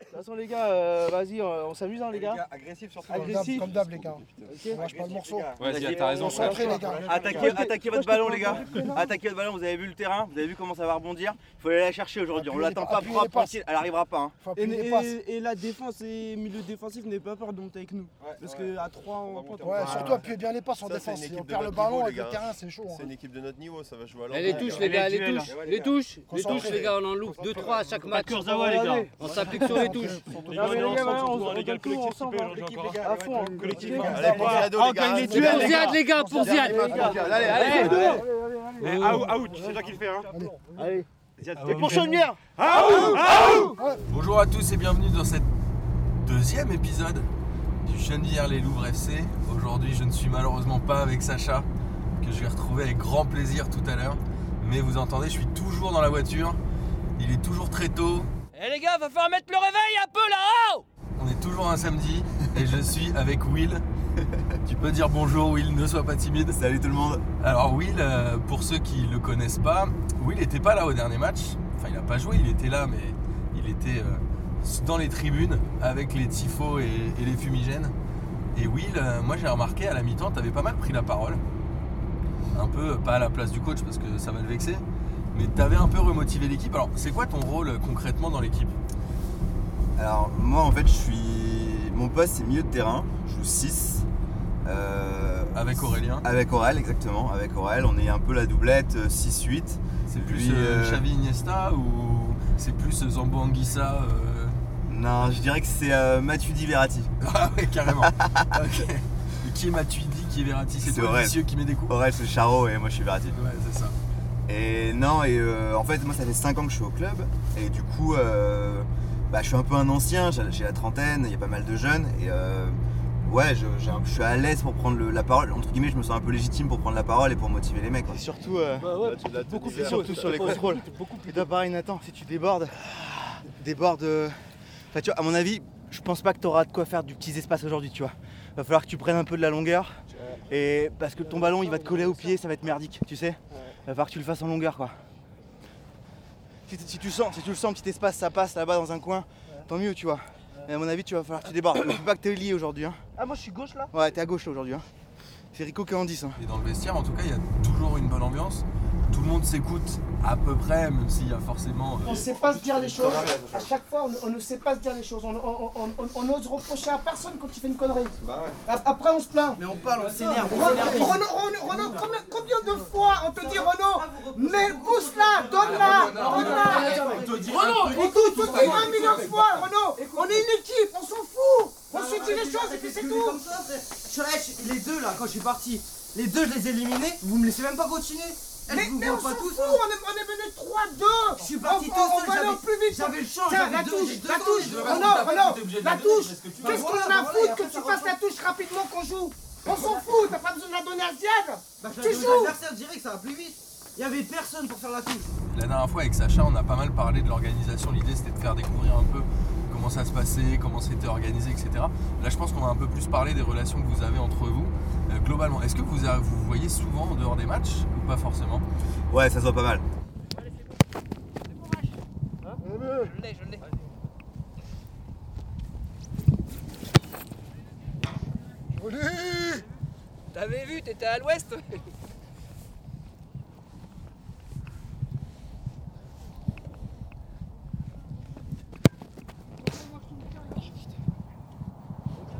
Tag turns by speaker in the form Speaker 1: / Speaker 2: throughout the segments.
Speaker 1: toute façon, les gars, euh, vas-y, on, on s'amuse, hein, les
Speaker 2: Les
Speaker 1: gars.
Speaker 2: gars, agressifs surtout.
Speaker 1: Agressifs. Agressif.
Speaker 3: Comme d'hab, les gars.
Speaker 1: Ok.
Speaker 3: Lâche pas le morceau.
Speaker 4: Vas-y, t'as raison.
Speaker 3: On
Speaker 4: frère.
Speaker 3: s'entraîne, les gars.
Speaker 5: Attaquez, attaquez votre ballon, les gars. Attaquez votre ballon. Vous avez vu le terrain, vous avez vu comment ça va rebondir. Il faut aller la chercher aujourd'hui. On
Speaker 3: Appuyez
Speaker 5: l'attend
Speaker 3: les-
Speaker 5: pas
Speaker 3: appuyez
Speaker 5: propre,
Speaker 3: les passes.
Speaker 5: tranquille. Elle arrivera pas. hein.
Speaker 3: Faut
Speaker 1: Et,
Speaker 3: appuyer les
Speaker 1: et-
Speaker 3: passes.
Speaker 1: et la défense et milieu défensif n'est pas peur de monter avec nous. Parce qu'à 3,
Speaker 2: On va
Speaker 1: on
Speaker 2: monter
Speaker 1: prend
Speaker 2: en-
Speaker 3: Ouais,
Speaker 2: Ouais,
Speaker 3: surtout
Speaker 2: ouais.
Speaker 3: appuyez bien les passes en
Speaker 6: Ça, c'est une
Speaker 3: défense. Si
Speaker 6: équipe
Speaker 3: on
Speaker 6: de
Speaker 3: perd le
Speaker 6: notre
Speaker 3: ballon
Speaker 6: niveau,
Speaker 3: avec
Speaker 6: les
Speaker 3: le
Speaker 6: gars.
Speaker 3: terrain, c'est chaud. hein.
Speaker 6: C'est une équipe de notre niveau, ça va jouer à
Speaker 7: Allez, les
Speaker 6: l'envers.
Speaker 7: touches, les gars, les
Speaker 4: duel,
Speaker 7: touches,
Speaker 2: là.
Speaker 7: les touches, les
Speaker 3: Concentré.
Speaker 7: touches, les gars, on en loupe 2-3 à chaque
Speaker 8: Pas de
Speaker 7: match.
Speaker 8: Kurzawa, les gars.
Speaker 7: On s'applique sur les touches.
Speaker 1: Non, mais les gars, voilà, on on donne tout
Speaker 8: collectif
Speaker 1: ensemble,
Speaker 8: qui
Speaker 1: hein,
Speaker 8: paye,
Speaker 1: l'équipe,
Speaker 8: encore.
Speaker 1: les gars, à fond. hein.
Speaker 8: collectif.
Speaker 1: Ok,
Speaker 6: Allez, pour Ziado,
Speaker 8: Ah,
Speaker 6: les gars.
Speaker 8: gagne les
Speaker 6: hein.
Speaker 8: duels,
Speaker 7: Pour Ziad, les gars, pour Ziad.
Speaker 6: Allez, allez, allez.
Speaker 7: Allez,
Speaker 8: Eh, out, out, c'est toi qui le fais. Hein.
Speaker 1: Allez.
Speaker 8: Ziad,
Speaker 1: Et pour Chaumière
Speaker 9: Bonjour à tous et bienvenue dans cet deuxième épisode du Chenvière les Louvres FC. Aujourd'hui, je ne suis malheureusement pas avec Sacha, que je vais retrouver avec grand plaisir tout à l'heure. Mais vous entendez, je suis toujours dans la voiture. Il est toujours très tôt.
Speaker 7: Eh les gars, va falloir mettre le réveil un peu là
Speaker 9: On est toujours un samedi et je suis avec Will. Tu peux dire bonjour Will, ne sois pas timide.
Speaker 6: Salut tout le monde.
Speaker 9: Alors Will, euh, pour ceux qui le connaissent pas, Will n'était pas là au dernier match. Enfin, il n'a pas joué, il était là, mais il était euh, dans les tribunes avec les tifos et, et les fumigènes. Et Will, euh, moi j'ai remarqué à la mi-temps, tu avais pas mal pris la parole. Un peu, euh, pas à la place du coach parce que ça va le vexer, mais tu avais un peu remotivé l'équipe. Alors, c'est quoi ton rôle euh, concrètement dans l'équipe
Speaker 6: Alors moi en fait je suis. Mon poste c'est milieu de terrain, je joue 6.
Speaker 9: avec Aurélien
Speaker 6: Avec Aurel, exactement. Avec Aurel, on est un peu la doublette euh, 6-8.
Speaker 9: C'est
Speaker 6: Lui,
Speaker 9: plus euh,
Speaker 6: euh,
Speaker 9: Xavi Iniesta ou c'est plus euh, Zambo Anguissa euh,
Speaker 6: Non, je dirais que c'est euh, Matuidi Verratti.
Speaker 9: Ah ouais, carrément. ok. Et qui est Matuidi, qui est Verratti C'est
Speaker 6: C'est
Speaker 9: toi
Speaker 6: vrai.
Speaker 9: vicieux qui met des coups
Speaker 6: Aurel c'est Charo et moi je suis Verratti.
Speaker 9: Ouais, c'est ça.
Speaker 6: Et non, et euh, en fait, moi, ça fait 5 ans que je suis au club. Et du coup, euh, bah, je suis un peu un ancien, j'ai j'ai la trentaine, il y a pas mal de jeunes. Et euh, ouais, je, j'ai un- je suis à l'aise pour prendre le- la parole. Entre guillemets, je me sens un peu légitime pour prendre la parole et pour motiver les mecs. quoi.
Speaker 2: Surtout,
Speaker 1: Bah ouais,
Speaker 6: Là, tu l'as
Speaker 1: beaucoup
Speaker 6: tenu
Speaker 1: plus
Speaker 6: vert,
Speaker 1: surtout
Speaker 6: ça.
Speaker 1: sur les contrôles.
Speaker 2: plus d'appareil Nathan, si tu débordes, déborde. euh, Enfin, tu vois, à mon avis, je pense pas que tu auras de quoi faire du petit espace aujourd'hui, tu vois. Va falloir que tu prennes un peu de la longueur. Et parce que ton ballon, il va te coller au pied, ça va être merdique, tu sais. Va falloir que tu le fasses en longueur, quoi. Si, si tu sens, si tu le sens, petit espace, ça passe là-bas dans un coin, tant mieux, tu vois. Et à mon avis, tu vas falloir que tu débordes. Je pas que t'es lié aujourd'hui. Hein.
Speaker 1: Ah, moi je suis gauche là
Speaker 2: Ouais, t'es à gauche là, aujourd'hui. Hein. C'est Rico qui est en 10. Hein.
Speaker 9: Et dans le vestiaire, en tout cas, il y a toujours une bonne ambiance. Tout le monde s'écoute à peu près, même s'il y a forcément. euh,
Speaker 10: On ne sait pas se dire les choses. À chaque fois, on, on ne sait pas se dire les choses. On, on- on- on- on n'ose reprocher à personne quand tu fais une connerie. A- Après, on se plaint. Mais on parle, on s'énerve. Renaud, Renaud, Renaud, combien, combien de fois on te dit Renaud, mais pousse-la, donne-la, donne-la. Renaud, on te on te dit un million de fois, Renaud, on est une équipe, on s'en fout. On se dit les choses et puis c'est tout.
Speaker 5: Les deux là, quand je suis parti, les deux je les ai éliminés, vous me laissez même pas continuer.
Speaker 10: Mais, mais on s'en fout, on est, on est mené 3-2 Je suis parti on, on, on va aller au plus vite J'avais le champ, Tiens, la touche, la touche Oh non, oh non, la touche Qu'est-ce qu'on a à foutre que tu fasses la touche rapidement qu'on joue On s'en fout, t'as pas besoin de la donner à Ziad Tu joues
Speaker 9: La dernière fois avec Sacha, on a pas mal parlé de l'organisation. L'idée, c'était de faire découvrir un peu comment ça se passait, comment c'était organisé, etc. Là, je pense qu'on va un peu plus parler des relations que vous avez entre vous. euh, globalement, est-ce que vous a- vous voyez souvent en dehors des matchs ou pas forcément
Speaker 6: Ouais, ça se voit pas mal.
Speaker 7: T'avais vu, t'étais à l'ouest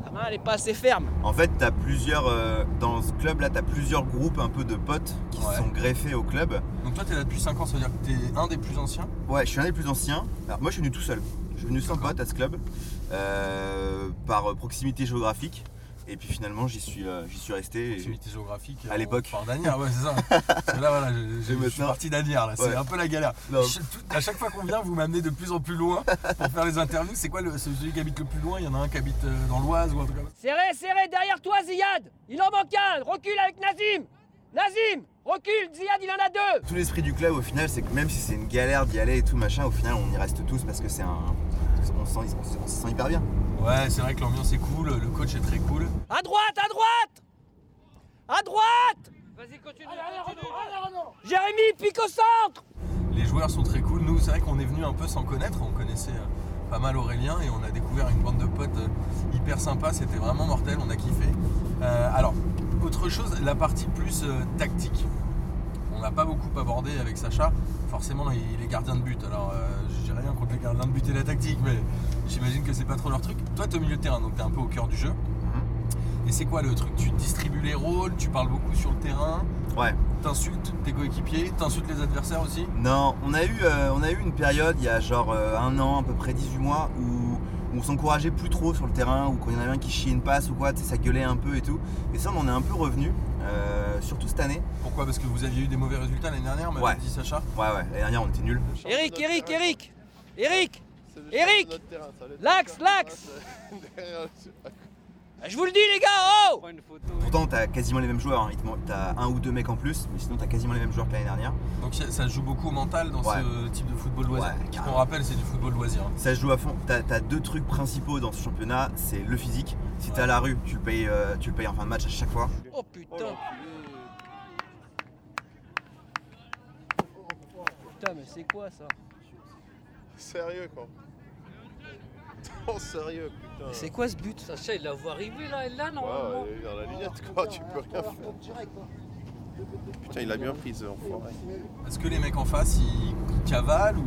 Speaker 7: La main, elle est pas assez ferme.
Speaker 6: En fait, t'as plusieurs. euh, dans ce club-là, t'as plusieurs groupes un peu de potes qui se
Speaker 9: Ouais.
Speaker 6: sont greffés au club.
Speaker 9: Donc, toi, t'es là depuis 5 ans, ça veut dire que t'es un des plus anciens
Speaker 6: Ouais, je suis un des plus anciens. Alors, moi, je suis venu tout seul. Je suis venu sans pote à ce club, euh, par proximité géographique. Et puis finalement, j'y suis, euh, j'y suis resté. et-
Speaker 9: Proximité géographique. euh,
Speaker 6: À l'époque.
Speaker 9: Par Danière, ouais, c'est ça. Parce que là, voilà, je, je-
Speaker 6: Et
Speaker 9: je suis
Speaker 6: maintenant-
Speaker 9: parti Danière, là. C'est
Speaker 6: Ouais.
Speaker 9: un peu la galère.
Speaker 6: Non.
Speaker 9: Je- tout- à chaque fois qu'on vient, vous m'amenez de plus en plus loin pour faire les interviews. C'est quoi le, celui qui habite le plus loin Il y en a un qui habite euh, dans l'Oise ou un truc comme ça.
Speaker 7: Serré, serré, derrière toi, Ziyad Il en manque un Recule avec Nazim Nazim Recule, Ziyad, il en a deux
Speaker 6: Tout l'esprit du club au final, c'est que même si c'est une galère d'y aller et tout machin, au final on y reste tous parce que c'est un. On se sent, on se- on se sent hyper bien.
Speaker 9: Ouais, c'est vrai que l'ambiance est cool, le coach est très cool.
Speaker 7: À droite, à droite À droite Vas-y, continue, Jérémy, pique au centre
Speaker 9: Les joueurs sont très cool. Nous, c'est vrai qu'on est venu un peu sans connaître. On connaissait euh, pas mal Aurélien et on a découvert une bande de potes euh, hyper sympa, c'était vraiment mortel, on a kiffé. Euh, alors, autre chose, la partie plus euh, tactique. On n'a pas beaucoup abordé avec Sacha. Forcément, il, il est gardien de but. Alors, euh, j'ai rien contre les gardiens de but et la tactique, mais j'imagine que c'est pas trop leur truc. Toi, t'es au milieu de terrain, donc t'es un peu au cœur du jeu.
Speaker 6: Mhm.
Speaker 9: Et c'est quoi le truc Tu distribues les rôles, tu parles beaucoup sur le terrain,
Speaker 6: Ouais.
Speaker 9: t'insultes tes coéquipiers, t'insultes les adversaires aussi.
Speaker 6: Non, on a eu, euh, on a eu une période il y a genre euh, un an, à peu près 18 mois, où on s'encourageait plus trop sur le terrain, ou quand il y en avait un qui chiait une passe ou quoi, tu sais, ça gueulait un peu et tout. Et ça, on en est un peu revenu, euh, surtout cette année.
Speaker 9: Pourquoi Parce que vous aviez eu des mauvais résultats l'année dernière, m'avait
Speaker 6: Ouais.
Speaker 9: dit Sacha.
Speaker 6: Ouais, ouais, l'année dernière, on était nuls.
Speaker 7: Eric, Eric, Eric Eric Eric L'axe, l'axe Ah, Je vous le dis, les gars, oh
Speaker 6: Pourtant, t'as quasiment les mêmes joueurs, hein. Il te manque- t'as un ou deux mecs en plus, mais sinon, t'as quasiment les mêmes joueurs que l'année dernière.
Speaker 9: Donc ça- ça joue beaucoup au mental dans
Speaker 6: Ouais.
Speaker 9: ce type de football loisir.
Speaker 6: Ouais,
Speaker 9: Qui,
Speaker 6: carrément.
Speaker 9: on rappelle, c'est du football loisir.
Speaker 6: Ça se joue à fond. T'as as deux trucs principaux dans ce championnat, c'est le physique. Si t'es à la rue, tu le payes, euh, tu le payes en fin de match à chaque fois.
Speaker 7: Oh putain Putain, mais c'est quoi ça
Speaker 8: Sérieux quoi. Non, sérieux putain.
Speaker 7: C'est quoi ce but
Speaker 3: Sacha, il la voit arriver là, elle là
Speaker 8: Ouais,
Speaker 3: normalement.
Speaker 8: il est dans la lunette quoi, tu peux rien faire. Putain, il a bien pris ce enfoiré.
Speaker 9: Est-ce que les mecs en face, ils cavalent ou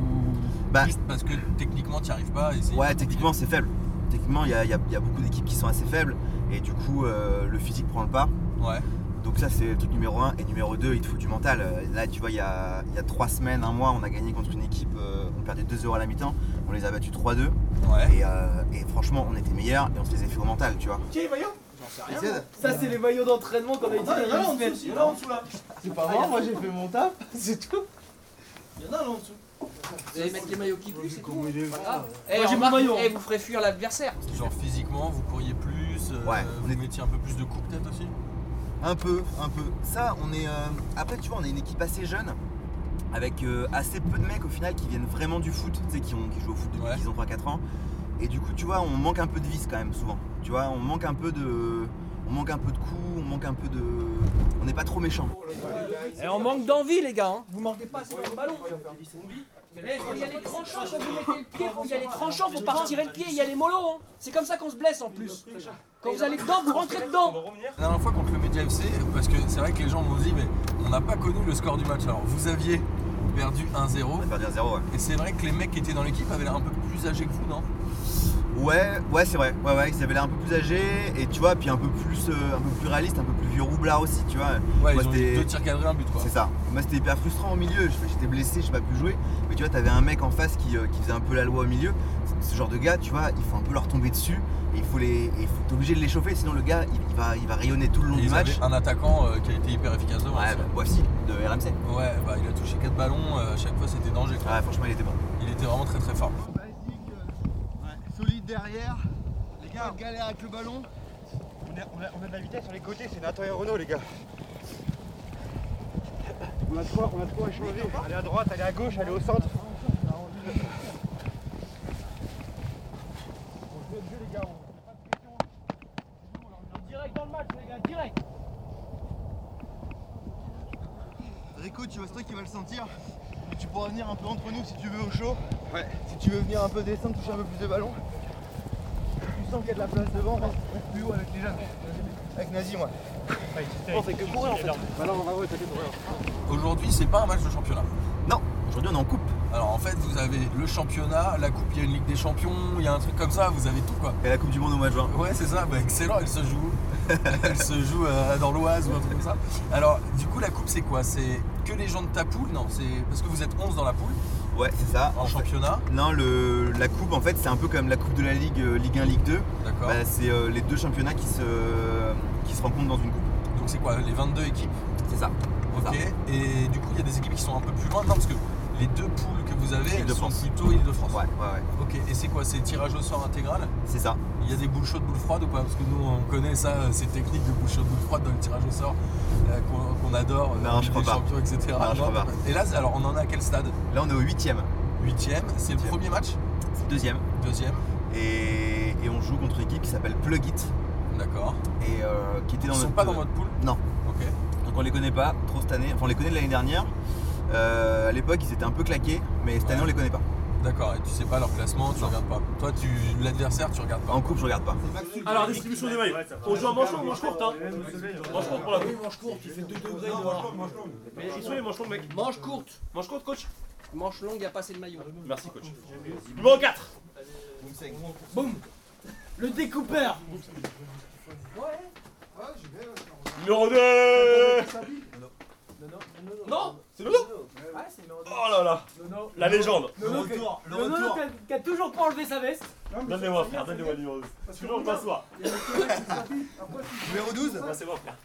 Speaker 6: Bah.
Speaker 9: juste parce que techniquement, tu n'y arrives pas et c'est
Speaker 6: Ouais, techniquement, c'est faible. Techniquement, il y a, il y a- il y a beaucoup d'équipes qui sont assez faibles, et du coup, euh, le physique prend le pas.
Speaker 9: Ouais.
Speaker 6: Donc ça c'est le truc numéro 1 et numéro 2 il te faut du mental. Euh, Là tu vois il y a, il y a 3 semaines, un mois on a gagné contre une équipe, euh, on perdait 2 euros à la mi-temps, on les a battus 3-2
Speaker 9: Ouais.
Speaker 6: et, euh, et franchement on était meilleurs et on se les a fait au mental tu vois.
Speaker 10: Qui est les maillots
Speaker 2: Ça, c'est les maillots d'entraînement qu'on a
Speaker 10: Ah, il y en a en dessous, il y en a en dessous là.
Speaker 2: C'est pas moi, moi j'ai fait mon taf, c'est tout.
Speaker 10: Il y en a là en dessous.
Speaker 3: Vous allez mettre les maillots qui puent, c'est tout. Pas grave. Eh,
Speaker 10: Moi, j'ai mon
Speaker 3: remarque,
Speaker 10: maillot. hein.
Speaker 3: eh, vous ferez fuir l'adversaire.
Speaker 9: Genre physiquement, vous courriez plus, euh,
Speaker 6: Ouais.
Speaker 9: vous mettiez un peu plus de coups peut-être aussi
Speaker 6: Un peu, un peu. Ça on est... euh, Après tu vois on est une équipe assez jeune avec euh, assez peu de mecs au final qui viennent vraiment du foot, tu sais qui, ont- qui jouent au foot depuis
Speaker 9: Ouais.
Speaker 6: qu'ils ont 3-4 ans. Et du coup tu vois on manque un peu de vis quand même souvent. Tu vois on manque un peu de... On manque un peu de coups, on manque un peu de... On n'est pas trop méchant.
Speaker 7: Et on manque d'envie, les gars, hein.
Speaker 10: Vous manquez pas, c'est pas le ballon.
Speaker 7: Il y a les tranchants, quand vous mettez le pied, il y a les tranchants, faut pas retirer le pied, il y a les mollos, hein. C'est comme ça qu'on se blesse en plus. Quand vous allez dedans, vous rentrez dedans.
Speaker 9: La dernière fois contre le Média FC, parce que c'est vrai que les gens m'ont dit, mais on n'a pas connu le score du match. Alors vous aviez perdu 1-0,
Speaker 6: On a perdu un 0 ouais.
Speaker 9: et c'est vrai que les mecs qui étaient dans l'équipe avaient l'air un peu plus âgés que vous, non
Speaker 6: Ouais, ouais, c'est vrai. Ouais, ouais, ils avaient l'air un peu plus âgés et tu vois, puis un peu plus, euh, un peu plus réaliste, un peu plus vieux roublard aussi, tu vois. Moi,
Speaker 9: Ouais, ils ont
Speaker 6: c'était-
Speaker 9: eu deux tirs cadrés, un but quoi.
Speaker 6: C'est ça. Moi, c'était hyper frustrant au milieu. Je- J'étais blessé, j'ai pas pu jouer. Mais tu vois, t'avais un mec en face qui, euh, qui faisait un peu la loi au milieu. Ce genre de gars, tu vois, il faut un peu leur tomber dessus et il faut les, et il faut t'es obligé de les chauffer, sinon le gars, il, il va, il va rayonner tout le long
Speaker 9: Et
Speaker 6: du
Speaker 9: ils
Speaker 6: match.
Speaker 9: avaient un attaquant euh, qui a été hyper efficace devant.
Speaker 6: Ouais,
Speaker 9: c'est
Speaker 6: bah,
Speaker 9: vrai.
Speaker 6: voici de RMC.
Speaker 9: Ouais, bah il a touché 4 ballons, euh, à chaque fois c'était danger quoi.
Speaker 6: Ouais, franchement, il était bon.
Speaker 9: Il était vraiment très très fort.
Speaker 1: euh, Solide derrière. Les gars, galère avec le ballon.
Speaker 8: On a, on, a, on a de la vitesse sur les côtés, c'est Nathan et Renault les gars. On a de quoi, on a de quoi échanger. Allez à droite, allez à gauche, allez au centre.
Speaker 7: Direct dans le match, les gars, direct.
Speaker 1: Rico, tu vois, c'est toi qui va le sentir. Et tu pourras venir un peu entre nous si tu veux au chaud. Ouais. Si tu veux venir un peu descendre, toucher un peu plus de ballon. Tu sens qu'il y a de la place devant, reste reste plus haut avec les jeunes. Avec Nazi, moi.
Speaker 8: On fait que courir en fait.
Speaker 9: Aujourd'hui, c'est pas un match de championnat.
Speaker 6: Non, aujourd'hui, on est en coupe.
Speaker 9: Alors en fait, vous avez le championnat, la coupe, il y a une Ligue des Champions, il y a un truc comme ça, vous avez tout quoi.
Speaker 6: Et la Coupe du Monde au mois de juin.
Speaker 9: Ouais, c'est ça, bah, excellent, elle se joue. où elle se joue euh, dans l'Oise ou un truc comme ça. Alors, du coup, la coupe, c'est quoi C'est que les gens de ta poule Non, c'est parce que vous êtes 11 dans la poule
Speaker 6: Ouais, c'est ça.
Speaker 9: en
Speaker 6: En fait-
Speaker 9: championnat,
Speaker 6: Non, le, la coupe, en fait, c'est un peu comme la coupe de la Ligue, euh, Ligue 1, Ligue 2.
Speaker 9: d'accord
Speaker 6: Bah, c'est euh, les deux championnats qui se, qui se rencontrent dans une coupe.
Speaker 9: Donc, c'est quoi Les 22 équipes
Speaker 6: C'est ça.
Speaker 9: Ok. Et du coup, il y a des équipes qui sont un peu plus loin. Non, parce que les deux poules que vous avez, elles sont
Speaker 6: Île-de-France.
Speaker 9: plutôt Île-de-France.
Speaker 6: Ouais, ouais, ouais.
Speaker 9: Ok, et c'est quoi C'est tirage au sort intégral
Speaker 6: C'est ça.
Speaker 9: Il y a des boules chaudes, boules froides ou pas Parce que nous, on connaît ça, euh, ces techniques de boules chaudes, boules froides dans le tirage au sort euh, qu'on- qu'on adore, euh,
Speaker 6: Non, je
Speaker 9: Ligue
Speaker 6: crois
Speaker 9: des
Speaker 6: pas.
Speaker 9: champions, etc.
Speaker 6: Non, je crois pas.
Speaker 9: Et là, c'est- alors, on en est à quel stade
Speaker 6: Là, on est au huitième.
Speaker 9: Huitième, c'est le
Speaker 6: Huitième.
Speaker 9: premier match
Speaker 6: C'est le deuxième.
Speaker 9: Deuxième,
Speaker 6: Et, et on joue contre une équipe qui s'appelle Plug It.
Speaker 9: d'accord.
Speaker 6: Et euh, qui était
Speaker 9: Ils
Speaker 6: dans
Speaker 9: sont
Speaker 6: notre- euh,
Speaker 9: pas dans votre poule
Speaker 6: Non.
Speaker 9: Ok.
Speaker 6: Donc on les connaît pas trop cette année. Enfin, on les connaît de l'année dernière. Euh, à l'époque, ils étaient un peu claqués, mais cette
Speaker 9: Ouais.
Speaker 6: année, on les connaît pas.
Speaker 9: D'accord, et tu sais pas leur classement, tu regardes pas. Toi, tu l'adversaire, tu regardes pas.
Speaker 6: En coupe, je regarde pas.
Speaker 4: Alors, distribution des mailles. On joue en manche longue, manche courte. Hein. Manche courte pour la coupe.
Speaker 3: Manche courte, tu fais 2 degrés dehors.
Speaker 4: Mais ils sont les manches longues, mec.
Speaker 3: Manche courte,
Speaker 4: Manche courte, coach.
Speaker 3: manche longue à passer le maillot.
Speaker 4: Merci, coach. Numéro 4.
Speaker 7: Le découpeur
Speaker 4: Numéro 2.
Speaker 7: Non
Speaker 4: C'est Nono Oh là là La légende
Speaker 7: Le nono qui a toujours pas enlevé sa veste.
Speaker 4: Donnez-moi frère, donnez-moi le numéro 12. Sinon je m'assois.
Speaker 6: Numéro 12
Speaker 4: Bah, c'est bon frère.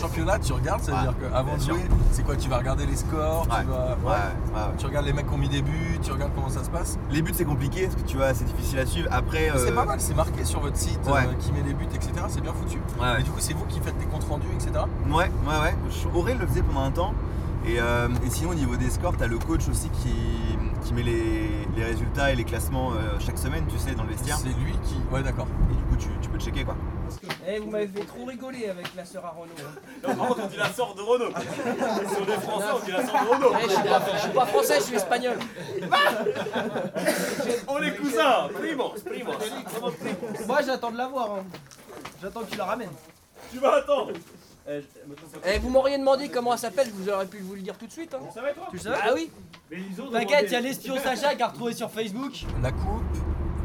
Speaker 9: Championnat, tu regardes, ça veut
Speaker 6: Ouais,
Speaker 9: dire que avant
Speaker 6: bien
Speaker 9: de
Speaker 6: sûr.
Speaker 9: jouer, c'est quoi Tu vas regarder les scores,
Speaker 6: Ouais.
Speaker 9: tu vas.
Speaker 6: Ouais, ouais, ouais.
Speaker 9: Tu regardes les mecs qui ont mis des buts, tu regardes comment ça se passe.
Speaker 6: Les buts, c'est compliqué parce que tu vois, c'est difficile à suivre. Après.
Speaker 9: C'est
Speaker 6: euh,
Speaker 9: pas mal, c'est marqué sur votre site
Speaker 6: Ouais.
Speaker 9: euh, qui met les buts, etc. C'est bien foutu.
Speaker 6: Ouais, ouais.
Speaker 9: Mais du coup, c'est vous qui faites les comptes rendus, etc.
Speaker 6: Ouais, ouais, ouais. Je- Aurel le faisait pendant un temps. Et, euh, et sinon, au niveau des scores, t'as le coach aussi qui, qui met les, les résultats et les classements euh, chaque semaine, tu sais, dans le vestiaire.
Speaker 9: C'est lui qui. Ouais, d'accord.
Speaker 6: Et du coup, tu, tu peux checker quoi.
Speaker 7: Eh, vous m'avez fait trop rigoler avec la sœur à Renaud. hein.
Speaker 4: Là, par contre, on dit la sœur de Renault. Si on est français, on dit la sœur de Renault.
Speaker 3: Eh, je suis pas- je suis pas français, je suis espagnol.
Speaker 4: On est cousins. Primos, primos. Vraiment primos.
Speaker 7: Moi, j'attends de la voir. hein. J'attends que tu la ramènes.
Speaker 4: Tu vas attendre.
Speaker 3: Eh, vous m'auriez demandé comment elle s'appelle, je vous aurais pu vous le dire tout de suite. Hein.
Speaker 4: Ça va toi
Speaker 7: Tu le savais
Speaker 3: Ah oui
Speaker 7: T'inquiète, il y a l'espion Sacha qui a retrouvé sur Facebook.
Speaker 9: La coupe,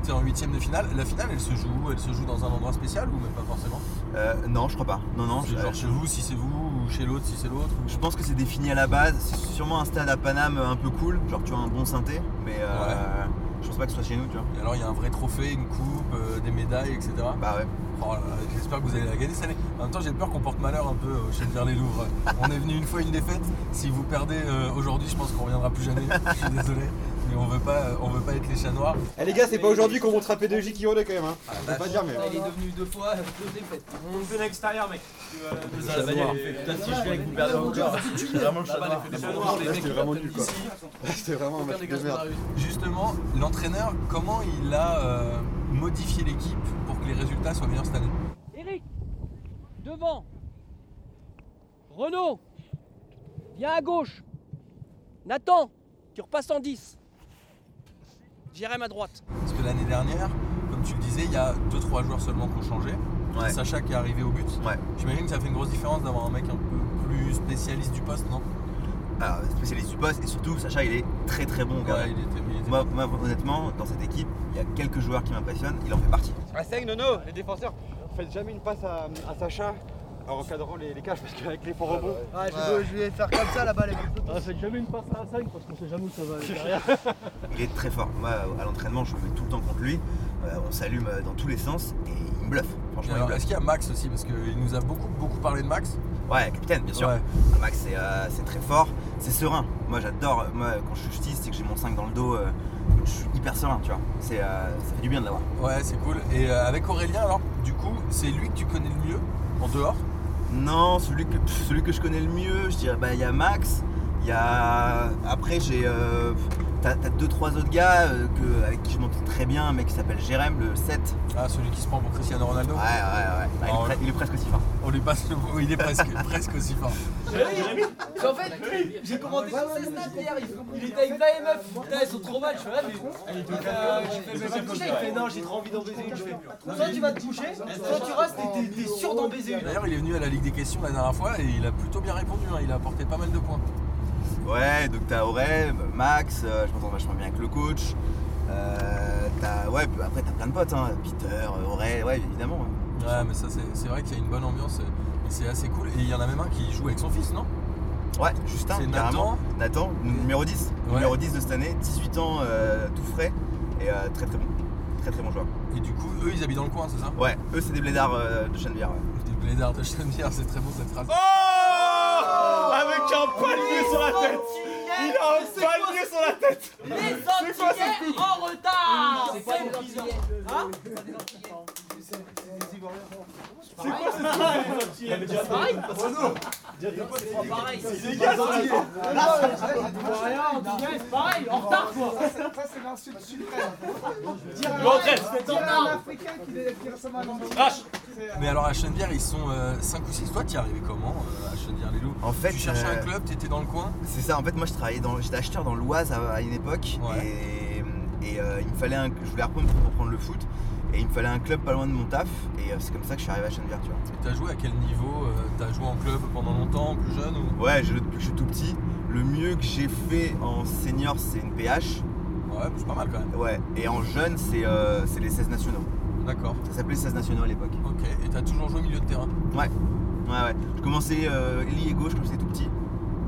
Speaker 9: t'es en huitième de finale. La finale, elle se joue où Elle se joue dans un endroit spécial ou même pas forcément
Speaker 6: Euh, non, je crois pas. Non, non, je,
Speaker 9: C'est genre chez vous si c'est vous ou chez l'autre si c'est l'autre. ou-
Speaker 6: je pense que c'est défini à la base. C'est sûrement un stade à Paname un peu cool. Genre, tu vois, un bon synthé. Mais euh, je pense pas que ce soit chez nous, tu vois.
Speaker 9: Et alors il y a un vrai trophée, une coupe, euh, des médailles, etc.
Speaker 6: Bah ouais.
Speaker 9: Oh là là, J'espère que vous allez la gagner cette année. En même temps j'ai peur qu'on porte malheur un peu au vers les Louvres. On est venu une fois une défaite. Si vous perdez euh, aujourd'hui, je pense qu'on reviendra plus jamais. Je suis désolé. Mais on veut pas, euh, on veut pas être les chats noirs. Ah,
Speaker 11: Eh les gars, c'est pas aujourd'hui qu'on montre à P2J qui on est quand même. Hein. Faut pas dire, mais.
Speaker 7: Elle est devenue deux fois, euh, deux défaites.
Speaker 4: On fait l'extérieur, mec.
Speaker 11: Là, c'était vraiment nul quoi. Là, C'était vraiment un match de merde.
Speaker 9: Justement, l'entraîneur, comment il a euh, modifié l'équipe pour que les résultats soient meilleurs cette année
Speaker 7: Eric Devant Renaud Viens à gauche Nathan Tu repasses en 10 Jérém à droite
Speaker 9: Parce que l'année dernière, comme tu le disais, il y a 2-3 joueurs seulement qui ont changé.
Speaker 6: Ouais.
Speaker 9: Sacha qui est arrivé au but.
Speaker 6: Ouais.
Speaker 9: J'imagine que ça fait une grosse différence d'avoir un mec un peu plus spécialiste du poste, non
Speaker 6: Alors, spécialiste du poste. Et surtout, Sacha, il est très très bon. gars.
Speaker 9: il était, il était-
Speaker 6: Moi, moi, honnêtement, dans cette équipe, il y a quelques joueurs qui m'impressionnent. Il en fait partie.
Speaker 11: Ah, c'est Nono, les défenseurs, faites jamais une passe à, à Sacha en encadrant les, les cages parce qu'avec les faux rebonds.
Speaker 1: Ouais, je, vais- je vais faire comme ça la balle. elle va-
Speaker 6: Il est très fort. Moi, à l'entraînement, je me mets tout le temps contre lui. Euh, on s'allume euh, dans tous les sens et il me bluffe.
Speaker 9: Et
Speaker 6: Franchement, il me
Speaker 9: alors,
Speaker 6: bluffe.
Speaker 9: est-ce qu'il y a Max aussi Parce qu'il nous a beaucoup, beaucoup parlé de Max.
Speaker 6: Ouais, capitaine, bien sûr.
Speaker 9: Ouais.
Speaker 6: Ah, Max, c'est euh, c'est très fort. C'est serein. Moi, j'adore. euh, Moi, quand je suis justice, c'est que j'ai mon 5 dans le dos. euh, je suis hyper serein, tu vois. C'est, euh, ça fait du bien de l'avoir.
Speaker 9: Ouais, c'est cool. Et euh, avec Aurélien, alors, du coup, c'est lui que tu connais le mieux en dehors
Speaker 6: Non, celui que, pff, celui que je connais le mieux, je dirais, bah, il y a Max. Il y a. Après, j'ai. euh, T'as t'as deux, trois autres gars euh, que, avec qui je m'entends très bien. Un mec qui s'appelle Jérém, le 7.
Speaker 9: Ah, celui qui se prend pour Cristiano Ronaldo.
Speaker 6: Ouais, ouais, ouais. Ah, il, est
Speaker 9: Ah, ouais.
Speaker 6: pre- il est presque aussi fort.
Speaker 9: On lui passe le mot, il est presque, presque aussi fort.
Speaker 7: Mais En fait, j'ai commenté sur ses stats hier, il- il était avec plein les meufs, putain elles sont trop mal, je fais là mais... Euh, je fais, mais je vais me coucher, il fait non j'ai trop envie d'en baiser une, je fais... Soit tu vas te coucher, soit tu restes et t'es- t'es sûr d'en baiser une.
Speaker 9: D'ailleurs, il est venu à la Ligue des questions la dernière fois et il a plutôt bien répondu. hein. Il a apporté pas mal de points.
Speaker 6: Ouais, donc t'as Aurel, Max, euh, je m'entends vachement bien avec le coach. Euh, t'as- ouais, puis après t'as plein de potes, hein. Peter, Aurel, ouais, évidemment. hein. ouais.
Speaker 9: Ouais, mais ça, c'est c'est vrai qu'il y a une bonne ambiance euh, et c'est assez cool. Et il y en a même un qui joue avec son fils, non
Speaker 6: Ouais, Justin,
Speaker 9: C'est
Speaker 6: carrément.
Speaker 9: Nathan.
Speaker 6: Nathan, numéro 10.
Speaker 9: Ouais.
Speaker 6: Numéro 10 de cette année, 18 ans, euh, tout frais, et euh, très très bon. Très très bon joueur.
Speaker 9: Et du coup, eux, ils habitent dans le coin, c'est ça
Speaker 6: Ouais, eux c'est des blédards euh, de Chenevière. ouais.
Speaker 9: Des blédards de Chenvière, c'est très beau cette phrase.
Speaker 4: Oh Avec un
Speaker 7: Oh
Speaker 4: palmier sur la tête Il a un palmier sur la tête
Speaker 7: Les Antillais en retard C'est quoi les Antillais Hein
Speaker 4: C'est quoi ce truc
Speaker 7: Pareil pareil, en retard quoi
Speaker 10: Ça, c'est l'insulte suprême. Dire à
Speaker 7: Bon, bref,
Speaker 10: un-
Speaker 7: c'est
Speaker 10: dire
Speaker 7: en
Speaker 10: à un
Speaker 7: retard.
Speaker 10: Africain qu'il est- qu'il ressemble à un Anglais. C'est, euh,
Speaker 9: Mais alors à Chenvière, ils sont 5 ou 6. Toi, t'y es arrivé comment euh, à Chenvière les Loups
Speaker 6: En fait,
Speaker 9: tu cherchais
Speaker 6: euh,
Speaker 9: un club, t'étais dans le coin.
Speaker 6: C'est ça, en fait moi je travaillais dans. J'étais acheteur dans l'Oise à, à une époque et, et, euh, il me fallait un. Je voulais reprendre pour prendre le foot et il me fallait un club pas loin de mon taf et euh, c'est comme ça que je suis arrivé à Chenvière tu vois.
Speaker 9: Et t'as joué à quel niveau Euh, T'as joué en club pendant longtemps, plus jeune ou...
Speaker 6: Ouais, je- depuis que je suis tout petit, le mieux que j'ai fait en senior, c'est une PH.
Speaker 9: Ouais, c'est pas mal quand même.
Speaker 6: Ouais, et en jeune, c'est euh, c'est les 16 nationaux.
Speaker 9: D'accord.
Speaker 6: Ça s'appelait 16 nationaux à l'époque.
Speaker 9: Ok, et t'as toujours joué au milieu de terrain
Speaker 6: Ouais, ouais, ouais. Je commençais euh, lié gauche quand j'étais tout petit.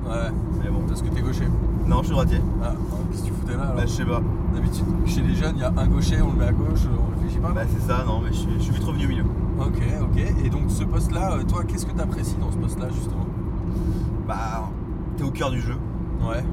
Speaker 9: Ouais.
Speaker 6: Mais bon.
Speaker 9: Parce que t'es gaucher
Speaker 6: Non, je suis droitier.
Speaker 9: Ah, alors, qu'est-ce que tu foutais là alors
Speaker 6: Bah, je sais pas.
Speaker 9: D'habitude, chez les jeunes, il y a un gaucher, on le met à gauche, on réfléchit pas.
Speaker 6: Bah, c'est ça, non, mais je suis, je suis vite revenu au milieu.
Speaker 9: Ok, ok. Et donc, ce poste-là, euh, toi, qu'est-ce que t'apprécies dans ce poste-là, justement
Speaker 6: Bah, t'es au cœur du jeu.
Speaker 9: Ouais.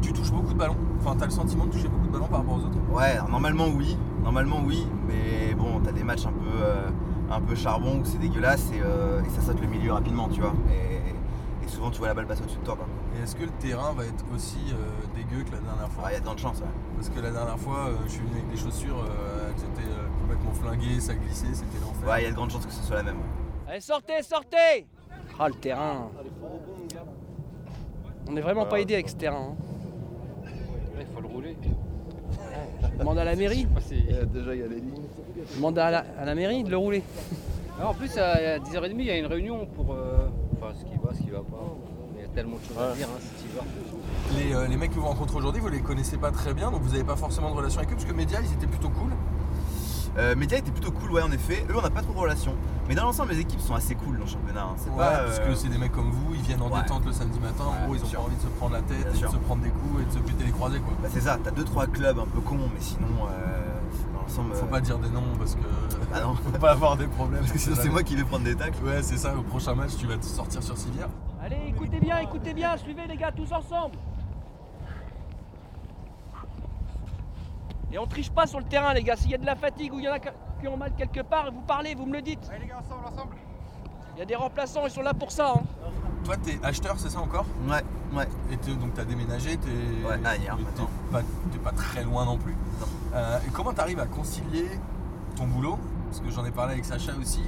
Speaker 9: Tu touches beaucoup de ballons. Enfin, t'as le sentiment de toucher beaucoup de ballons par rapport aux autres.
Speaker 6: Ouais, alors, normalement oui, normalement oui, mais bon, t'as des matchs un peu, euh, un peu charbon où c'est dégueulasse et, euh, et ça saute le milieu rapidement, tu vois. Et, et souvent, tu vois la balle passer au-dessus de toi, quoi.
Speaker 9: Et est-ce que le terrain va être aussi euh, dégueu que la dernière fois
Speaker 6: Ah, Il y a tant de chance, ouais.
Speaker 9: Parce que la dernière fois, euh, je suis venu avec des chaussures, euh, elles étaient euh, complètement flinguées, ça glissait, c'était l'enfer.
Speaker 6: Ouais, il y a de grandes chances que ce soit la même.
Speaker 3: Allez, sortez, sortez Ah, le terrain On est vraiment pas aidé avec ce terrain.
Speaker 12: Il faut le rouler.
Speaker 3: hein. Demande à la mairie.
Speaker 12: Eh, déjà, il y a des lignes.
Speaker 3: Demande à la, à la mairie de le rouler.
Speaker 12: en plus, à 10h30, il y a une réunion pour. euh, Enfin, ce qui va, ce qui va pas. Il y a tellement de choses à dire hein, si tu vas.
Speaker 9: Les, euh, les mecs que vous rencontrez aujourd'hui, vous les connaissez pas très bien, donc vous n'avez pas forcément de relation avec eux, parce que Média, ils étaient plutôt cool.
Speaker 6: Euh, Média était plutôt cool, ouais, en effet. Eux, on n'a pas trop de relations. Mais dans l'ensemble, les équipes sont assez cool dans le championnat. hein. C'est
Speaker 9: Ouais,
Speaker 6: pas,
Speaker 9: parce
Speaker 6: euh,
Speaker 9: que c'est des mecs comme vous, ils viennent en détente le samedi matin, en gros, ils ont pas envie de se prendre la tête, et de se prendre des coups et de se péter les croisés, quoi.
Speaker 6: bah, c'est ça, t'as deux trois clubs un peu cons, mais sinon, euh, dans l'ensemble.
Speaker 9: Faut
Speaker 6: euh,
Speaker 9: pas dire des noms parce que
Speaker 6: Ah non.
Speaker 9: faut pas avoir des problèmes.
Speaker 6: Parce que sinon, c'est moi qui vais prendre des tacles.
Speaker 9: Ouais, c'est ça. Au prochain match, tu vas te sortir sur civière.
Speaker 3: Allez, écoutez bien, écoutez bien, suivez les gars tous ensemble. Et on triche pas sur le terrain les gars, s'il y a de la fatigue ou il y en a qui qui ont mal quelque part, vous parlez, vous me le dites. les gars, ensemble, ensemble. Il y a des remplaçants, ils sont là pour ça. hein.
Speaker 9: Toi, t'es acheteur, c'est ça encore
Speaker 6: Ouais, ouais.
Speaker 9: Et t'es- donc t'as déménagé, t'es
Speaker 6: Ouais, à Hyères,
Speaker 9: t'es
Speaker 6: maintenant.
Speaker 9: pas, t'es pas très loin non plus. Euh, et comment t'arrives à concilier ton boulot Parce que j'en ai parlé avec Sacha aussi.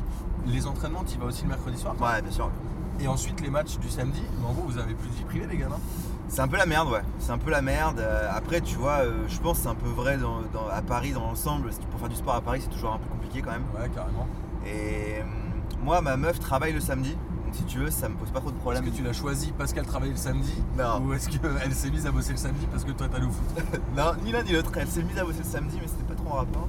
Speaker 9: Les entraînements, t'y vas aussi le mercredi soir
Speaker 6: Ouais, bien sûr.
Speaker 9: Et ensuite les matchs du samedi. Mais en gros, vous avez plus de vie privée, les gars, non
Speaker 6: C'est un peu la merde, ouais. C'est un peu la merde. Euh, après, tu vois, euh, je pense que c'est un peu vrai dans- dans- à Paris dans l'ensemble. Si tu- Pour faire du sport à Paris, c'est toujours un peu compliqué quand même.
Speaker 9: Ouais, carrément.
Speaker 6: Et euh, moi, ma meuf travaille le samedi. Donc, si tu veux, ça me pose pas trop de problème.
Speaker 9: Est-ce que tu l'as choisi parce qu'elle travaillait le samedi Ou est-ce qu'elle s'est mise à bosser le samedi parce que toi t'as le foot
Speaker 6: Non, ni l'un ni l'autre. Elle s'est mise à bosser le samedi, mais c'était pas trop en rapport.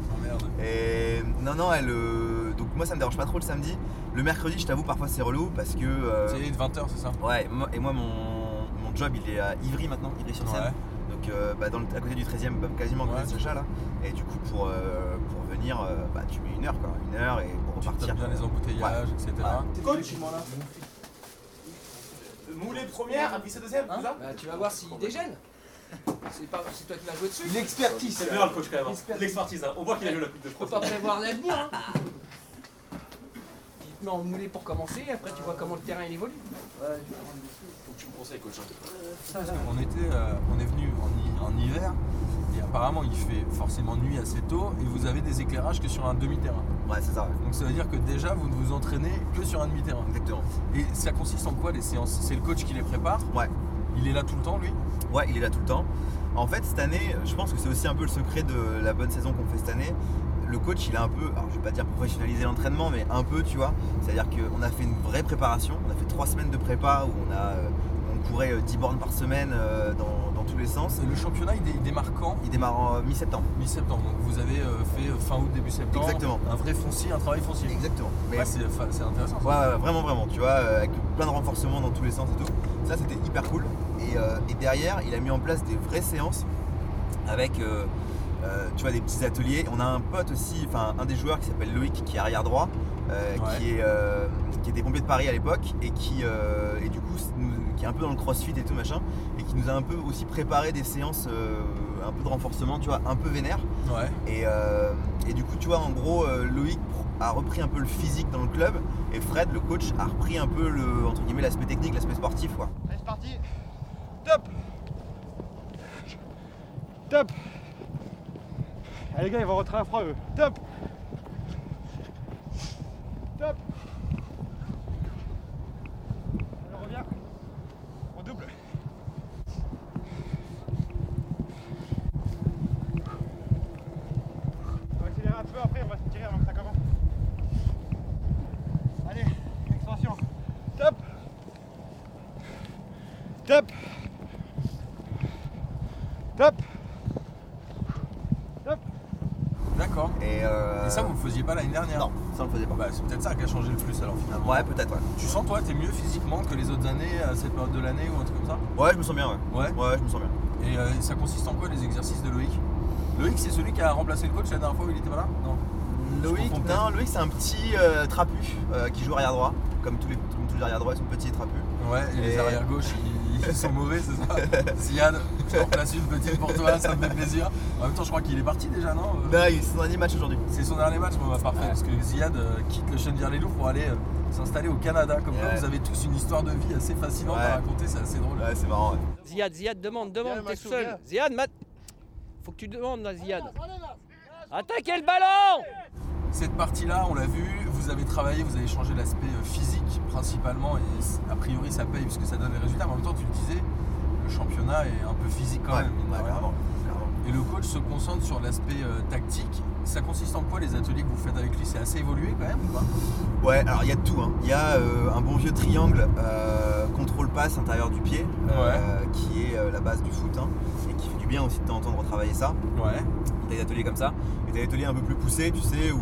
Speaker 6: Et non, non, elle. euh, Donc moi, ça me dérange pas trop le samedi. Le mercredi, je t'avoue, parfois c'est relou parce que. euh,
Speaker 9: C'est 20h, c'est ça
Speaker 6: Ouais, et moi, et moi, mon, mon job, il est à Ivry maintenant, Ivry-sur-Seine. Donc euh, bah, dans le- à côté du 13 e quasiment à côté de Sacha là. Et du coup, pour, euh, pour venir, euh, bah, tu mets une heure quoi. Une heure et pour repartir.
Speaker 9: bien les embouteillages, etc.
Speaker 7: Coach
Speaker 4: Moulet première, appuyer deuxième,
Speaker 7: Hein
Speaker 4: tout ça
Speaker 3: Bah, tu vas voir s'il dégène. C'est pas- c'est toi qui vas jouer dessus.
Speaker 4: C'est bien le coach quand même. hein. L'expertise, hein. on voit qu'il a joué la Coupe de
Speaker 3: Tu peux pas prévoir l'avenir. Hein. Il te met en moulé pour commencer, après tu vois comment le terrain il évolue.
Speaker 4: Faut que tu me conseilles, coach.
Speaker 7: hein.
Speaker 9: On était, euh, on est venu en, hi- en hiver et apparemment il fait forcément nuit assez tôt et vous avez des éclairages que sur un demi-terrain.
Speaker 6: Ouais, c'est ça.
Speaker 9: Donc ça veut dire que déjà vous ne vous entraînez que sur un demi-terrain.
Speaker 6: Exactement.
Speaker 9: Et ça consiste en quoi les séances C'est le coach qui les prépare
Speaker 6: Ouais.
Speaker 9: Il est là tout le temps lui
Speaker 6: Ouais, il est là tout le temps. En fait, cette année, je pense que c'est aussi un peu le secret de la bonne saison qu'on fait cette année. Le coach, il a un peu, alors je vais pas dire professionnalisé l'entraînement, mais un peu, tu vois. C'est-à-dire qu'on a fait une vraie préparation. On a fait trois semaines de prépa où on a, euh, on courait euh, 10 bornes par semaine euh, dans, dans tous les sens.
Speaker 9: Et le championnat, il, dé- il démarre quand
Speaker 6: Il démarre en mi-septembre.
Speaker 9: Mi-septembre, donc vous avez euh, fait euh, fin août, début septembre.
Speaker 6: Exactement.
Speaker 9: Un vrai foncier, un travail foncier.
Speaker 6: Exactement. Mais-
Speaker 9: Ouais, c'est fa- c'est intéressant. ça.
Speaker 6: Ouais, ouais, vraiment, vraiment, tu vois, euh, avec plein de renforcements dans tous les sens et tout. Ça, c'était hyper cool. Et, euh, et derrière, il a mis en place des vraies séances avec, euh, euh, tu vois, des petits ateliers. On a un pote aussi, enfin, un des joueurs qui s'appelle Loïc, qui est arrière droit, euh, qui, est, euh, qui était pompier de Paris à l'époque et qui, euh, et du coup, c'est- nous- qui est un peu dans le crossfit et tout machin, et qui nous a un peu aussi préparé des séances euh, un peu de renforcement, tu vois, un peu vénère.
Speaker 9: Ouais.
Speaker 6: Et, euh, Et du coup, tu vois, en gros, euh, Loïc pr- a repris un peu le physique dans le club et Fred, le coach, a repris un peu le entre guillemets l'aspect technique, l'aspect sportif, quoi.
Speaker 1: Allez, c'est parti. Top.
Speaker 11: Top Allez les gars, ils vont rentrer à froid eux. Top Top Allez, on revient. On double. On va accélérer un peu après, on va se tirer avant que ça commence. Allez, extension. Top Top Top
Speaker 9: D'accord.
Speaker 6: Et, euh,
Speaker 9: ça, vous le faisiez pas l'année dernière Non,
Speaker 6: ça on le faisait pas.
Speaker 9: Bah, c'est peut-être ça qui a changé le plus alors finalement.
Speaker 6: Ouais, peut-être, ouais.
Speaker 9: Tu sens, toi, t'es mieux physiquement que les autres années à cette période de l'année ou un truc comme ça
Speaker 6: Ouais, je me sens bien, ouais.
Speaker 9: Ouais
Speaker 6: Ouais, je me sens bien.
Speaker 9: Et euh, ça consiste en quoi les exercices de Loïc Loïc, c'est celui qui a remplacé le coach la dernière fois où il était pas là Non.
Speaker 6: Loïc, non, Loïc c'est un petit euh, trapu euh, qui joue arrière droit, comme tous les, comme tous les arrière droits, ils sont petits et trapus.
Speaker 9: Ouais, et les arrières gauche, ils, ils sont mauvais, c'est ça Ziad, je te remplace une petite pour toi, ça me fait plaisir. En même temps, je crois qu'il est parti déjà, non Euh,
Speaker 6: Non, Bah, il son dernier match aujourd'hui.
Speaker 9: C'est son dernier match, bon, bah, parfait, parce que Ziad euh, quitte le Chenvière les Loups pour aller euh, s'installer au Canada. Comme ça,
Speaker 6: Ouais.
Speaker 9: vous avez tous une histoire de vie assez fascinante à raconter, c'est assez drôle.
Speaker 6: Ouais, c'est marrant, ouais.
Speaker 3: Ziad, Ziad, demande, demande, t'es
Speaker 9: Massou,
Speaker 3: seul.
Speaker 9: viens.
Speaker 3: Ziad, Matt. Faut que tu demandes là, Ziad. Attaquez le ballon
Speaker 9: Cette partie-là, on l'a vu, vous avez travaillé, vous avez changé l'aspect euh, physique principalement, et c- a priori ça paye puisque ça donne des résultats, mais en même temps tu le disais, le championnat est un peu physique quand même. mine de rien. Et le coach se concentre sur l'aspect euh, tactique. Ça consiste en quoi les ateliers que vous faites avec lui C'est assez évolué quand même ou pas
Speaker 6: Ouais, alors il y a de tout. hein. Il y a euh, un bon vieux triangle euh, contrôle-passe intérieur du pied, euh, qui est euh, la base du foot, hein, et qui fait du bien aussi de temps en temps de retravailler ça.
Speaker 9: Ouais.
Speaker 6: T'as des ateliers comme ça, et t'as des ateliers un peu plus poussés, tu sais, où,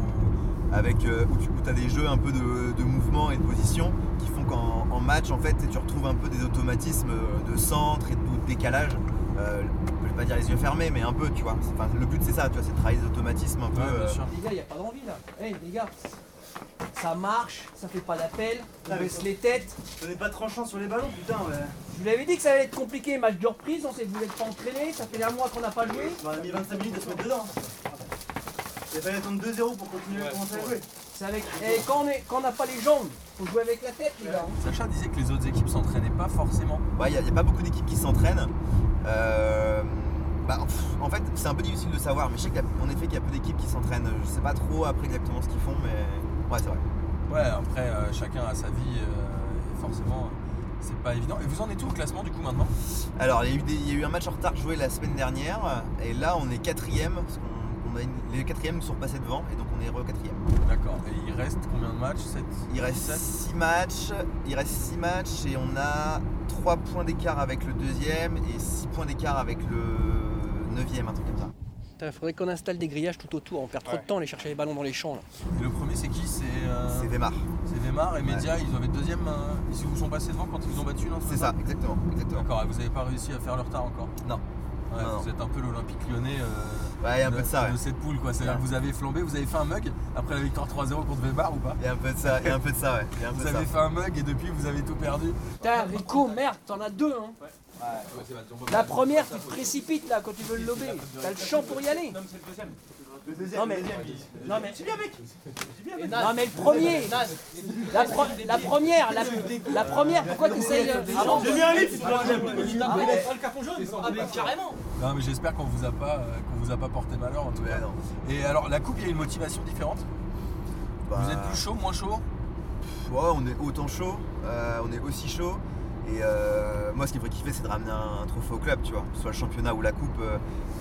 Speaker 6: avec, euh, où tu où t'as des jeux un peu de, de mouvement et de position qui font qu'en en match, en fait, tu retrouves un peu des automatismes euh, de centre et de, ou de décalage. Euh, je vais pas dire les yeux fermés, mais un peu, tu vois. Enfin, le but c'est ça, tu vois, c'est de travailler des automatismes un peu. euh,
Speaker 7: Les gars, il a pas d'envie là. Eh les gars, ça marche, ça fait pas d'appel, on
Speaker 6: Ah, mais
Speaker 7: baisse
Speaker 6: faut-
Speaker 7: les têtes.
Speaker 2: On n'est pas tranchant sur les ballons, putain.
Speaker 7: Je vous l'avais dit que ça allait être compliqué, match de reprise, on sait que vous n'êtes pas entraîné, ça fait un mois qu'on n'a pas joué.
Speaker 2: On a mis 25 minutes à se mettre dedans. Il a fallu attendre 2-0 pour continuer à commencer à jouer.
Speaker 7: C'est avec. Eh, quand on est- quand on n'a pas les jambes, faut jouer avec la tête, les gars.
Speaker 9: Sacha disait que les autres équipes s'entraînaient pas forcément.
Speaker 6: Ouais, il n'y a, pas beaucoup d'équipes qui s'entraînent. Euh, bah, pff, en fait, c'est un peu difficile de savoir, mais je sais qu'il y a- en effet qu'il y a peu d'équipes qui s'entraînent. Je sais pas trop après exactement ce qu'ils font, mais ouais, c'est vrai.
Speaker 9: Ouais, après euh, chacun a sa vie, euh, et forcément euh, c'est pas évident. Et vous en êtes où au classement du coup maintenant
Speaker 6: Alors, il y, a eu des- il y a eu un match en retard joué la semaine dernière, et là, on est quatrième. parce qu'on- on a une- les quatrièmes sont passés devant, et donc on est heureux quatrième.
Speaker 9: D'accord. Et il reste combien de matchs Sept
Speaker 6: Il reste
Speaker 9: Sept
Speaker 6: 6 matchs, il reste six matchs et on a 3 points d'écart avec le deuxième et 6 points d'écart avec le neuvième, un truc comme ça.
Speaker 3: Il faudrait qu'on installe des grillages tout autour, on perd trop de temps à aller chercher les ballons dans les champs là.
Speaker 9: Et le premier c'est qui C'est euh,
Speaker 6: C'est Weimar.
Speaker 9: C'est Weimar et Media, ils doivent être deuxième. euh, ils vous sont passés devant quand ils vous ont battu, non
Speaker 6: C'est ça, exactement. exactement.
Speaker 9: D'accord, et vous n'avez pas réussi à faire le retard encore
Speaker 6: Non.
Speaker 9: Ouais,
Speaker 6: Non,
Speaker 9: vous êtes un peu l'Olympique lyonnais euh,
Speaker 6: Ouais, y a un peu de ça, ouais.
Speaker 9: cette poule. quoi. C'est-à-dire que vous avez flambé, vous avez fait un mug après la victoire 3-0 contre Weimar ou pas
Speaker 6: Il y a un peu de ça, il y a un peu de ça, ouais. Il y a un peu
Speaker 9: Vous
Speaker 6: de ça.
Speaker 9: avez fait un mug et depuis vous avez tout perdu.
Speaker 7: Putain, Rico, merde, t'en as deux, hein. La première, tu te précipites là quand tu veux le lober. T'as le champ pour y aller. Non, mais c'est le deuxième. non, mais, non, mais, Et Naz. Non, mais le premier. La, pro- la première, la, la première, pourquoi t'essayes euh, avant
Speaker 4: J'ai mis un lift, c'est pas
Speaker 7: Ah ouais.
Speaker 4: le carton jaune
Speaker 7: Ah, mais carrément
Speaker 9: Non, mais j'espère qu'on vous a pas euh, qu'on vous a pas porté malheur en tout cas. Et alors la coupe, il y a une motivation différente. Vous êtes plus chaud, moins chaud
Speaker 6: Pff, Bah, ouais, on est autant chaud, euh, on est aussi chaud. Et euh, moi, ce qui me ferait kiffer, c'est de ramener un, un trophée au club, tu vois. Que ce soit le championnat ou la coupe, euh,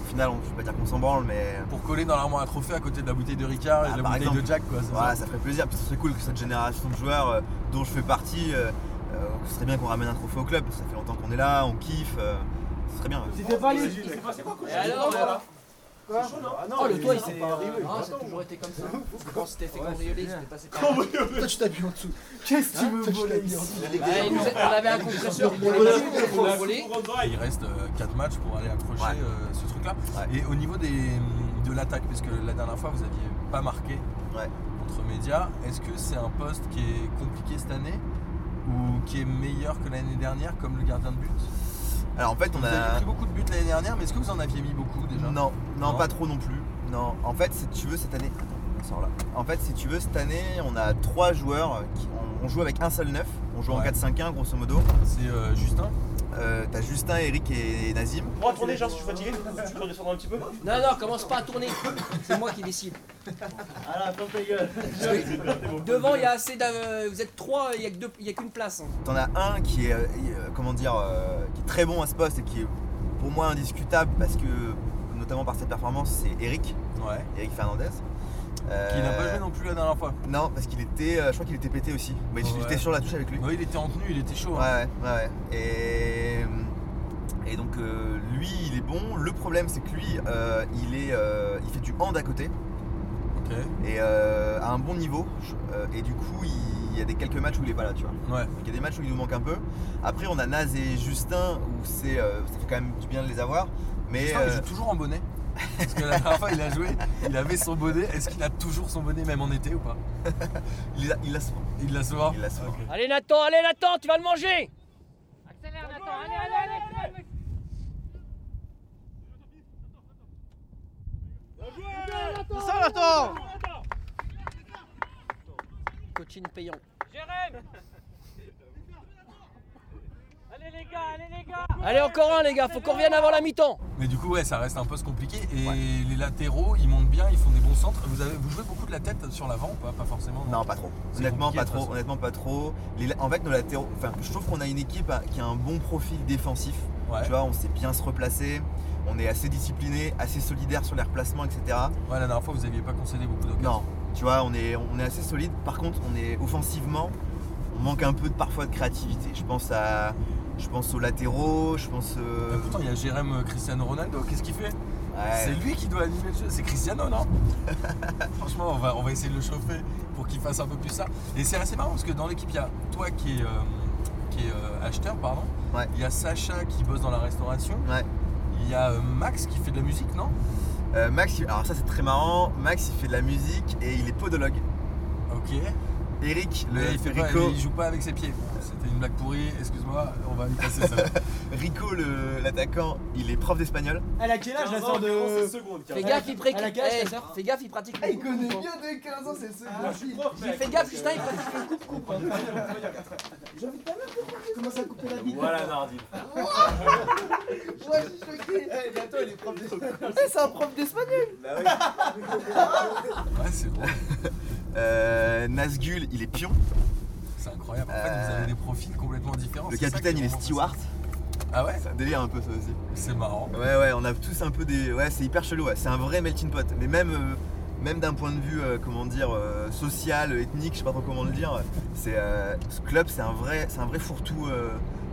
Speaker 6: au final, on ne peut pas dire qu'on s'en branle, mais. euh,
Speaker 9: Pour coller dans l'armoire à trophée à côté de la bouteille de Ricard
Speaker 6: Bah,
Speaker 9: et de la bouteille de Jack, quoi. c'est
Speaker 6: Voilà,
Speaker 9: ça
Speaker 6: ça ferait plaisir. Puis ce serait cool que cette génération de joueurs euh, dont je fais partie, euh, euh, ce serait bien qu'on ramène un trophée au club. Ça fait longtemps qu'on est là, on kiffe. euh, ce serait bien. ouais.
Speaker 10: C'était pas lui. C'est quoi
Speaker 7: Et alors, voilà.
Speaker 10: Quoi
Speaker 7: Ah
Speaker 10: non,
Speaker 7: non, oh, le
Speaker 10: mais
Speaker 7: toit,
Speaker 10: il
Speaker 7: il s'est
Speaker 10: est
Speaker 7: pas
Speaker 10: pas arrivé,
Speaker 7: Ah,
Speaker 10: attends,
Speaker 7: ça a toujours été comme ça. Quand c'était fait
Speaker 10: Ouais,
Speaker 7: cambrioler,
Speaker 10: c'est
Speaker 7: c'était
Speaker 10: bien.
Speaker 7: passé par
Speaker 10: Toi, tu t'habilles en dessous. Qu'est-ce que tu veux voler ici
Speaker 7: Bah, il nous a- on avait un compresseur pour les
Speaker 10: Voilà.
Speaker 7: mettre, pour le voler.
Speaker 9: Il reste 4 matchs pour aller accrocher euh, ce truc-là. Et au niveau des, de l'attaque, parce que la dernière fois vous aviez pas marqué contre Média, est-ce que c'est un poste qui est compliqué cette année ou qui est meilleur que l'année dernière comme le gardien de but
Speaker 6: Alors en fait, on
Speaker 9: vous
Speaker 6: a-
Speaker 9: avez pris beaucoup de buts l'année dernière, mais est-ce que vous en aviez mis beaucoup déjà
Speaker 6: Non, non, pas trop non plus. Non, en fait, si tu veux, cette année. On sort là. En fait, si tu veux, cette année, on a trois joueurs. Qui, on, on joue avec un seul neuf. On joue en 4-5-1, grosso modo. Euh,
Speaker 9: C'est euh, Justin
Speaker 6: T'as Justin, Eric et Nazim.
Speaker 13: On va tourner, genre, si je suis fatigué, tu peux redescendre un petit peu
Speaker 7: Non, non, commence pas à tourner. C'est moi qui décide.
Speaker 13: Ah là, ferme ta gueule.
Speaker 7: Devant, il y a assez d'a- Vous êtes trois, il y a que deux- il y a qu'une place. hein.
Speaker 6: T'en as un qui est, euh, comment dire, euh, qui est très bon à ce poste et qui est pour moi indiscutable parce que, notamment par cette performance, c'est Eric.
Speaker 9: Ouais.
Speaker 6: Eric Fernandez.
Speaker 9: Qui n'a
Speaker 6: Euh.
Speaker 9: pas joué non plus la dernière fois.
Speaker 6: Non, parce qu'il était, euh, je crois qu'il était pété aussi. Mais
Speaker 9: Ouais.
Speaker 6: j'étais sur la touche avec lui.
Speaker 9: Ouais, il était en tenue, il était chaud. hein.
Speaker 6: Ouais, ouais, ouais. Et, et donc euh, lui, il est bon. Le problème, c'est que lui, euh, il est, euh, il fait du hand à côté. Et euh, à un bon niveau. Je- euh, et du coup, il y a des quelques matchs où il est pas là, tu vois.
Speaker 9: Ouais.
Speaker 6: Donc il y a des matchs où il nous manque un peu. Après, on a Naz et Justin où c'est, euh, ça fait quand même du bien de les avoir. Mais
Speaker 9: Justin, il joue
Speaker 6: euh,
Speaker 9: toujours en bonnet. Parce que la dernière fois, il a joué, il avait son bonnet. Est-ce qu'il a toujours son bonnet, même en été ou pas
Speaker 6: Il l'a il souvent.
Speaker 9: Il l'a souvent Il
Speaker 6: l'a souvent.
Speaker 3: Allez Nathan, allez Nathan, tu vas le manger
Speaker 14: Accélère, Nathan, allez, allez, allez, allez
Speaker 3: Ça Nathan Coaching payant.
Speaker 14: Jérém Allez les gars, allez les gars
Speaker 3: Allez encore un les gars, faut qu'on revienne avant la mi-temps
Speaker 9: Mais du coup, ouais, ça reste un poste compliqué. Et les latéraux, ils montent bien, ils font des bons centres. Vous, avez, vous jouez beaucoup de la tête sur l'avant ou pas Pas forcément.
Speaker 6: Non, pas trop.
Speaker 9: C'est
Speaker 6: Honnêtement, pas
Speaker 9: compliqué, de toute
Speaker 6: trop.
Speaker 9: façon.
Speaker 6: Honnêtement, pas trop. Les la- en fait, nos latéraux. Enfin, je trouve qu'on a une équipe à- qui a un bon profil défensif.
Speaker 9: Ouais.
Speaker 6: Tu vois, on sait bien se replacer. On est assez discipliné, assez solidaire sur les replacements, etc.
Speaker 9: Ouais, la dernière fois, vous n'aviez pas concédé beaucoup d'occasions.
Speaker 6: Non. Tu vois, on est, on est assez solide. Par contre, on est offensivement, on manque un peu de, parfois de créativité. Je pense à, je pense aux latéraux. Je pense. euh,
Speaker 9: Pourtant, il y a Jérém euh, Cristiano Ronaldo. Qu'est-ce qu'il fait C'est lui qui doit animer le jeu. C'est Cristiano, non Franchement, on va, on va essayer de le chauffer pour qu'il fasse un peu plus ça. Et c'est assez marrant parce que dans l'équipe, il y a toi qui est, euh, qui est, euh, acheteur, pardon. Il y a Sacha qui bosse dans la restauration. Il y a euh, Max qui fait de la musique, non
Speaker 6: Euh, Max, il- alors ça c'est très marrant. Max, il fait de la musique et il est podologue.
Speaker 9: Ok.
Speaker 6: Eric, le
Speaker 9: Mais il, fait pas-
Speaker 6: Rico.
Speaker 9: il joue pas avec ses pieds. Bon, C'était une blague pourrie, excuse-moi, on va lui passer ça.
Speaker 6: Rico, le- l'attaquant, il est prof d'espagnol.
Speaker 7: Elle a quel âge la sœur de. Fais gaffe, il
Speaker 6: précale.
Speaker 7: précale.
Speaker 3: Eh,
Speaker 7: Fais gaffe, il pratique. Ah, Il connaît bien dès 15 ans, c'est le second. J'ai fait gaffe, Justin, il pratique le coupe-coupe.
Speaker 10: J'ai envie de ta mère, tu commences à couper la bite.
Speaker 13: Voilà, Nardine.
Speaker 10: Moi, je suis choqué. Eh, attends, il est prof d'espagnol. Eh, c'est un prof d'espagnol.
Speaker 9: Ouais, c'est bon.
Speaker 6: Euh, Nazgul, il est pion.
Speaker 9: Oh, C'est incroyable. En fait, vous avez des profils complètement différents.
Speaker 6: Euh, Le
Speaker 9: c'est ça
Speaker 6: capitaine,
Speaker 9: qui
Speaker 6: il est
Speaker 9: rend ça-
Speaker 6: Stewart.
Speaker 9: Ah ouais
Speaker 6: C'est un délire un peu ça aussi.
Speaker 9: C'est marrant.
Speaker 6: Ouais, ouais, on a tous un peu des. Ouais, c'est hyper chelou, ouais. c'est un vrai melting pot. Mais même, euh, même d'un point de vue, euh, comment dire, euh, social, euh, ethnique, je sais pas trop comment le dire, c'est, euh, ce club, c'est un vrai, c'est un vrai fourre-tout. euh,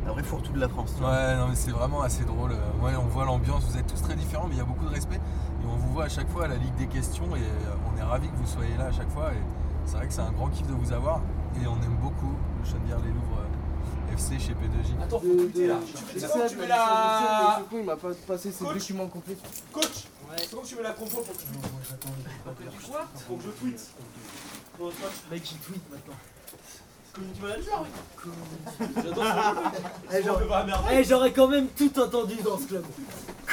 Speaker 6: un vrai fourre-tout de la France. tu vois.
Speaker 9: Ouais, non, mais c'est vraiment assez drôle. Euh, Ouais, on voit l'ambiance, vous êtes tous très différents, mais il y a beaucoup de respect. Et on vous voit à chaque fois à la Ligue des questions, et euh, on est ravis que vous soyez là à chaque fois. Et c'est vrai que c'est un grand kiff de vous avoir. Et on aime beaucoup le Chenvière-les-Louvres euh, FC chez P2J.
Speaker 13: Attends, faut
Speaker 2: euh,
Speaker 13: tweeter là. C'est
Speaker 7: Tu sais,
Speaker 13: bon,
Speaker 7: tu
Speaker 13: tu
Speaker 7: mets
Speaker 13: mets
Speaker 7: la-
Speaker 13: la.
Speaker 7: Le second, il m'a pas passé ses
Speaker 13: Coach
Speaker 7: documents complets.
Speaker 13: Coach C'est bon, tu mets la compo pour que je tweete. Quoi Pour que je tweete. Pour toi.
Speaker 7: Mec, qui tweet maintenant.
Speaker 13: Community manager, mec. J'adore
Speaker 7: Eh, j'aurais-
Speaker 13: ça.
Speaker 7: eh, J'aurais quand même tout entendu dans ce club.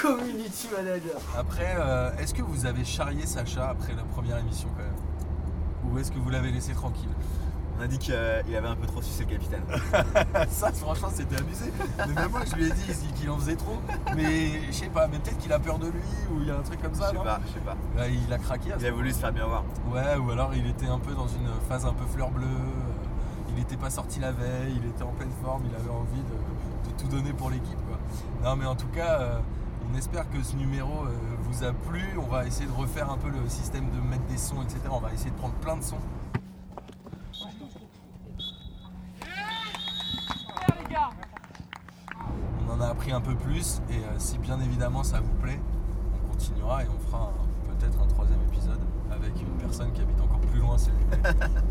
Speaker 7: Community manager.
Speaker 9: Après, euh, est-ce que vous avez charrié Sacha après la première émission quand même Ou est-ce que vous l'avez laissé tranquille
Speaker 6: On a dit qu'il avait un peu trop sucé le capitaine.
Speaker 9: Ça, franchement, c'était abusé. Mais même moi, je lui ai dit il- qu'il en faisait trop. Mais je sais pas, mais peut-être qu'il a peur de lui ou il y a un truc comme ça. hein.
Speaker 6: Je sais
Speaker 9: non
Speaker 6: pas, je sais pas.
Speaker 9: Ouais, il a craqué.
Speaker 6: Il a voulu se faire bien voir.
Speaker 9: Ouais, ou alors il était un peu dans une phase un peu fleur bleue. euh, Il n'était pas sorti la veille, il était en pleine forme, il avait envie de, de tout donner pour l'équipe. quoi. Non, mais en tout cas, euh, on espère que ce numéro euh, vous a plu. On va essayer de refaire un peu le système de mettre des sons, etc. On va essayer de prendre plein de sons.
Speaker 14: Super les gars
Speaker 9: On en a appris un peu plus et euh, si bien évidemment ça vous plaît, on continuera et on fera un- peut-être un troisième épisode avec une personne qui habite encore plus loin. c'est-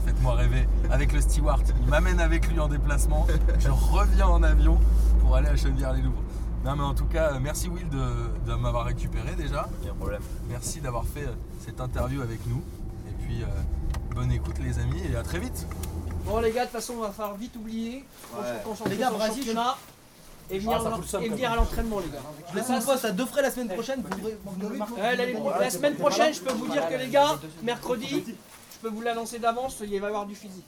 Speaker 9: Faites-moi rêver. Avec le steward, il m'amène avec lui en déplacement. Je reviens en avion pour aller à Chenevière-les-Louvres. Non mais en tout cas, euh, merci Will de, de m'avoir récupéré déjà.
Speaker 6: problème.
Speaker 9: Merci d'avoir fait euh, cette interview avec nous. Et puis euh, bonne écoute les amis et à très vite.
Speaker 7: Bon, les gars, de toute façon, on va faire vite oublier.
Speaker 9: Ouais.
Speaker 7: Concentré
Speaker 9: Les gars,
Speaker 7: sur le
Speaker 9: Brésil.
Speaker 7: championnat. et venir,
Speaker 13: Ah, ça
Speaker 7: à l'en-
Speaker 13: fout le seum,
Speaker 7: et
Speaker 13: comme
Speaker 7: venir à
Speaker 13: ça.
Speaker 7: l'entraînement, les gars. Je laisse un poste à deux frais la semaine prochaine. vous devrez- vous devrez marquer. Ouais, l'année- la semaine prochaine, je peux vous dire que les gars, mercredi, je peux vous l'annoncer d'avance, il va y avoir du physique.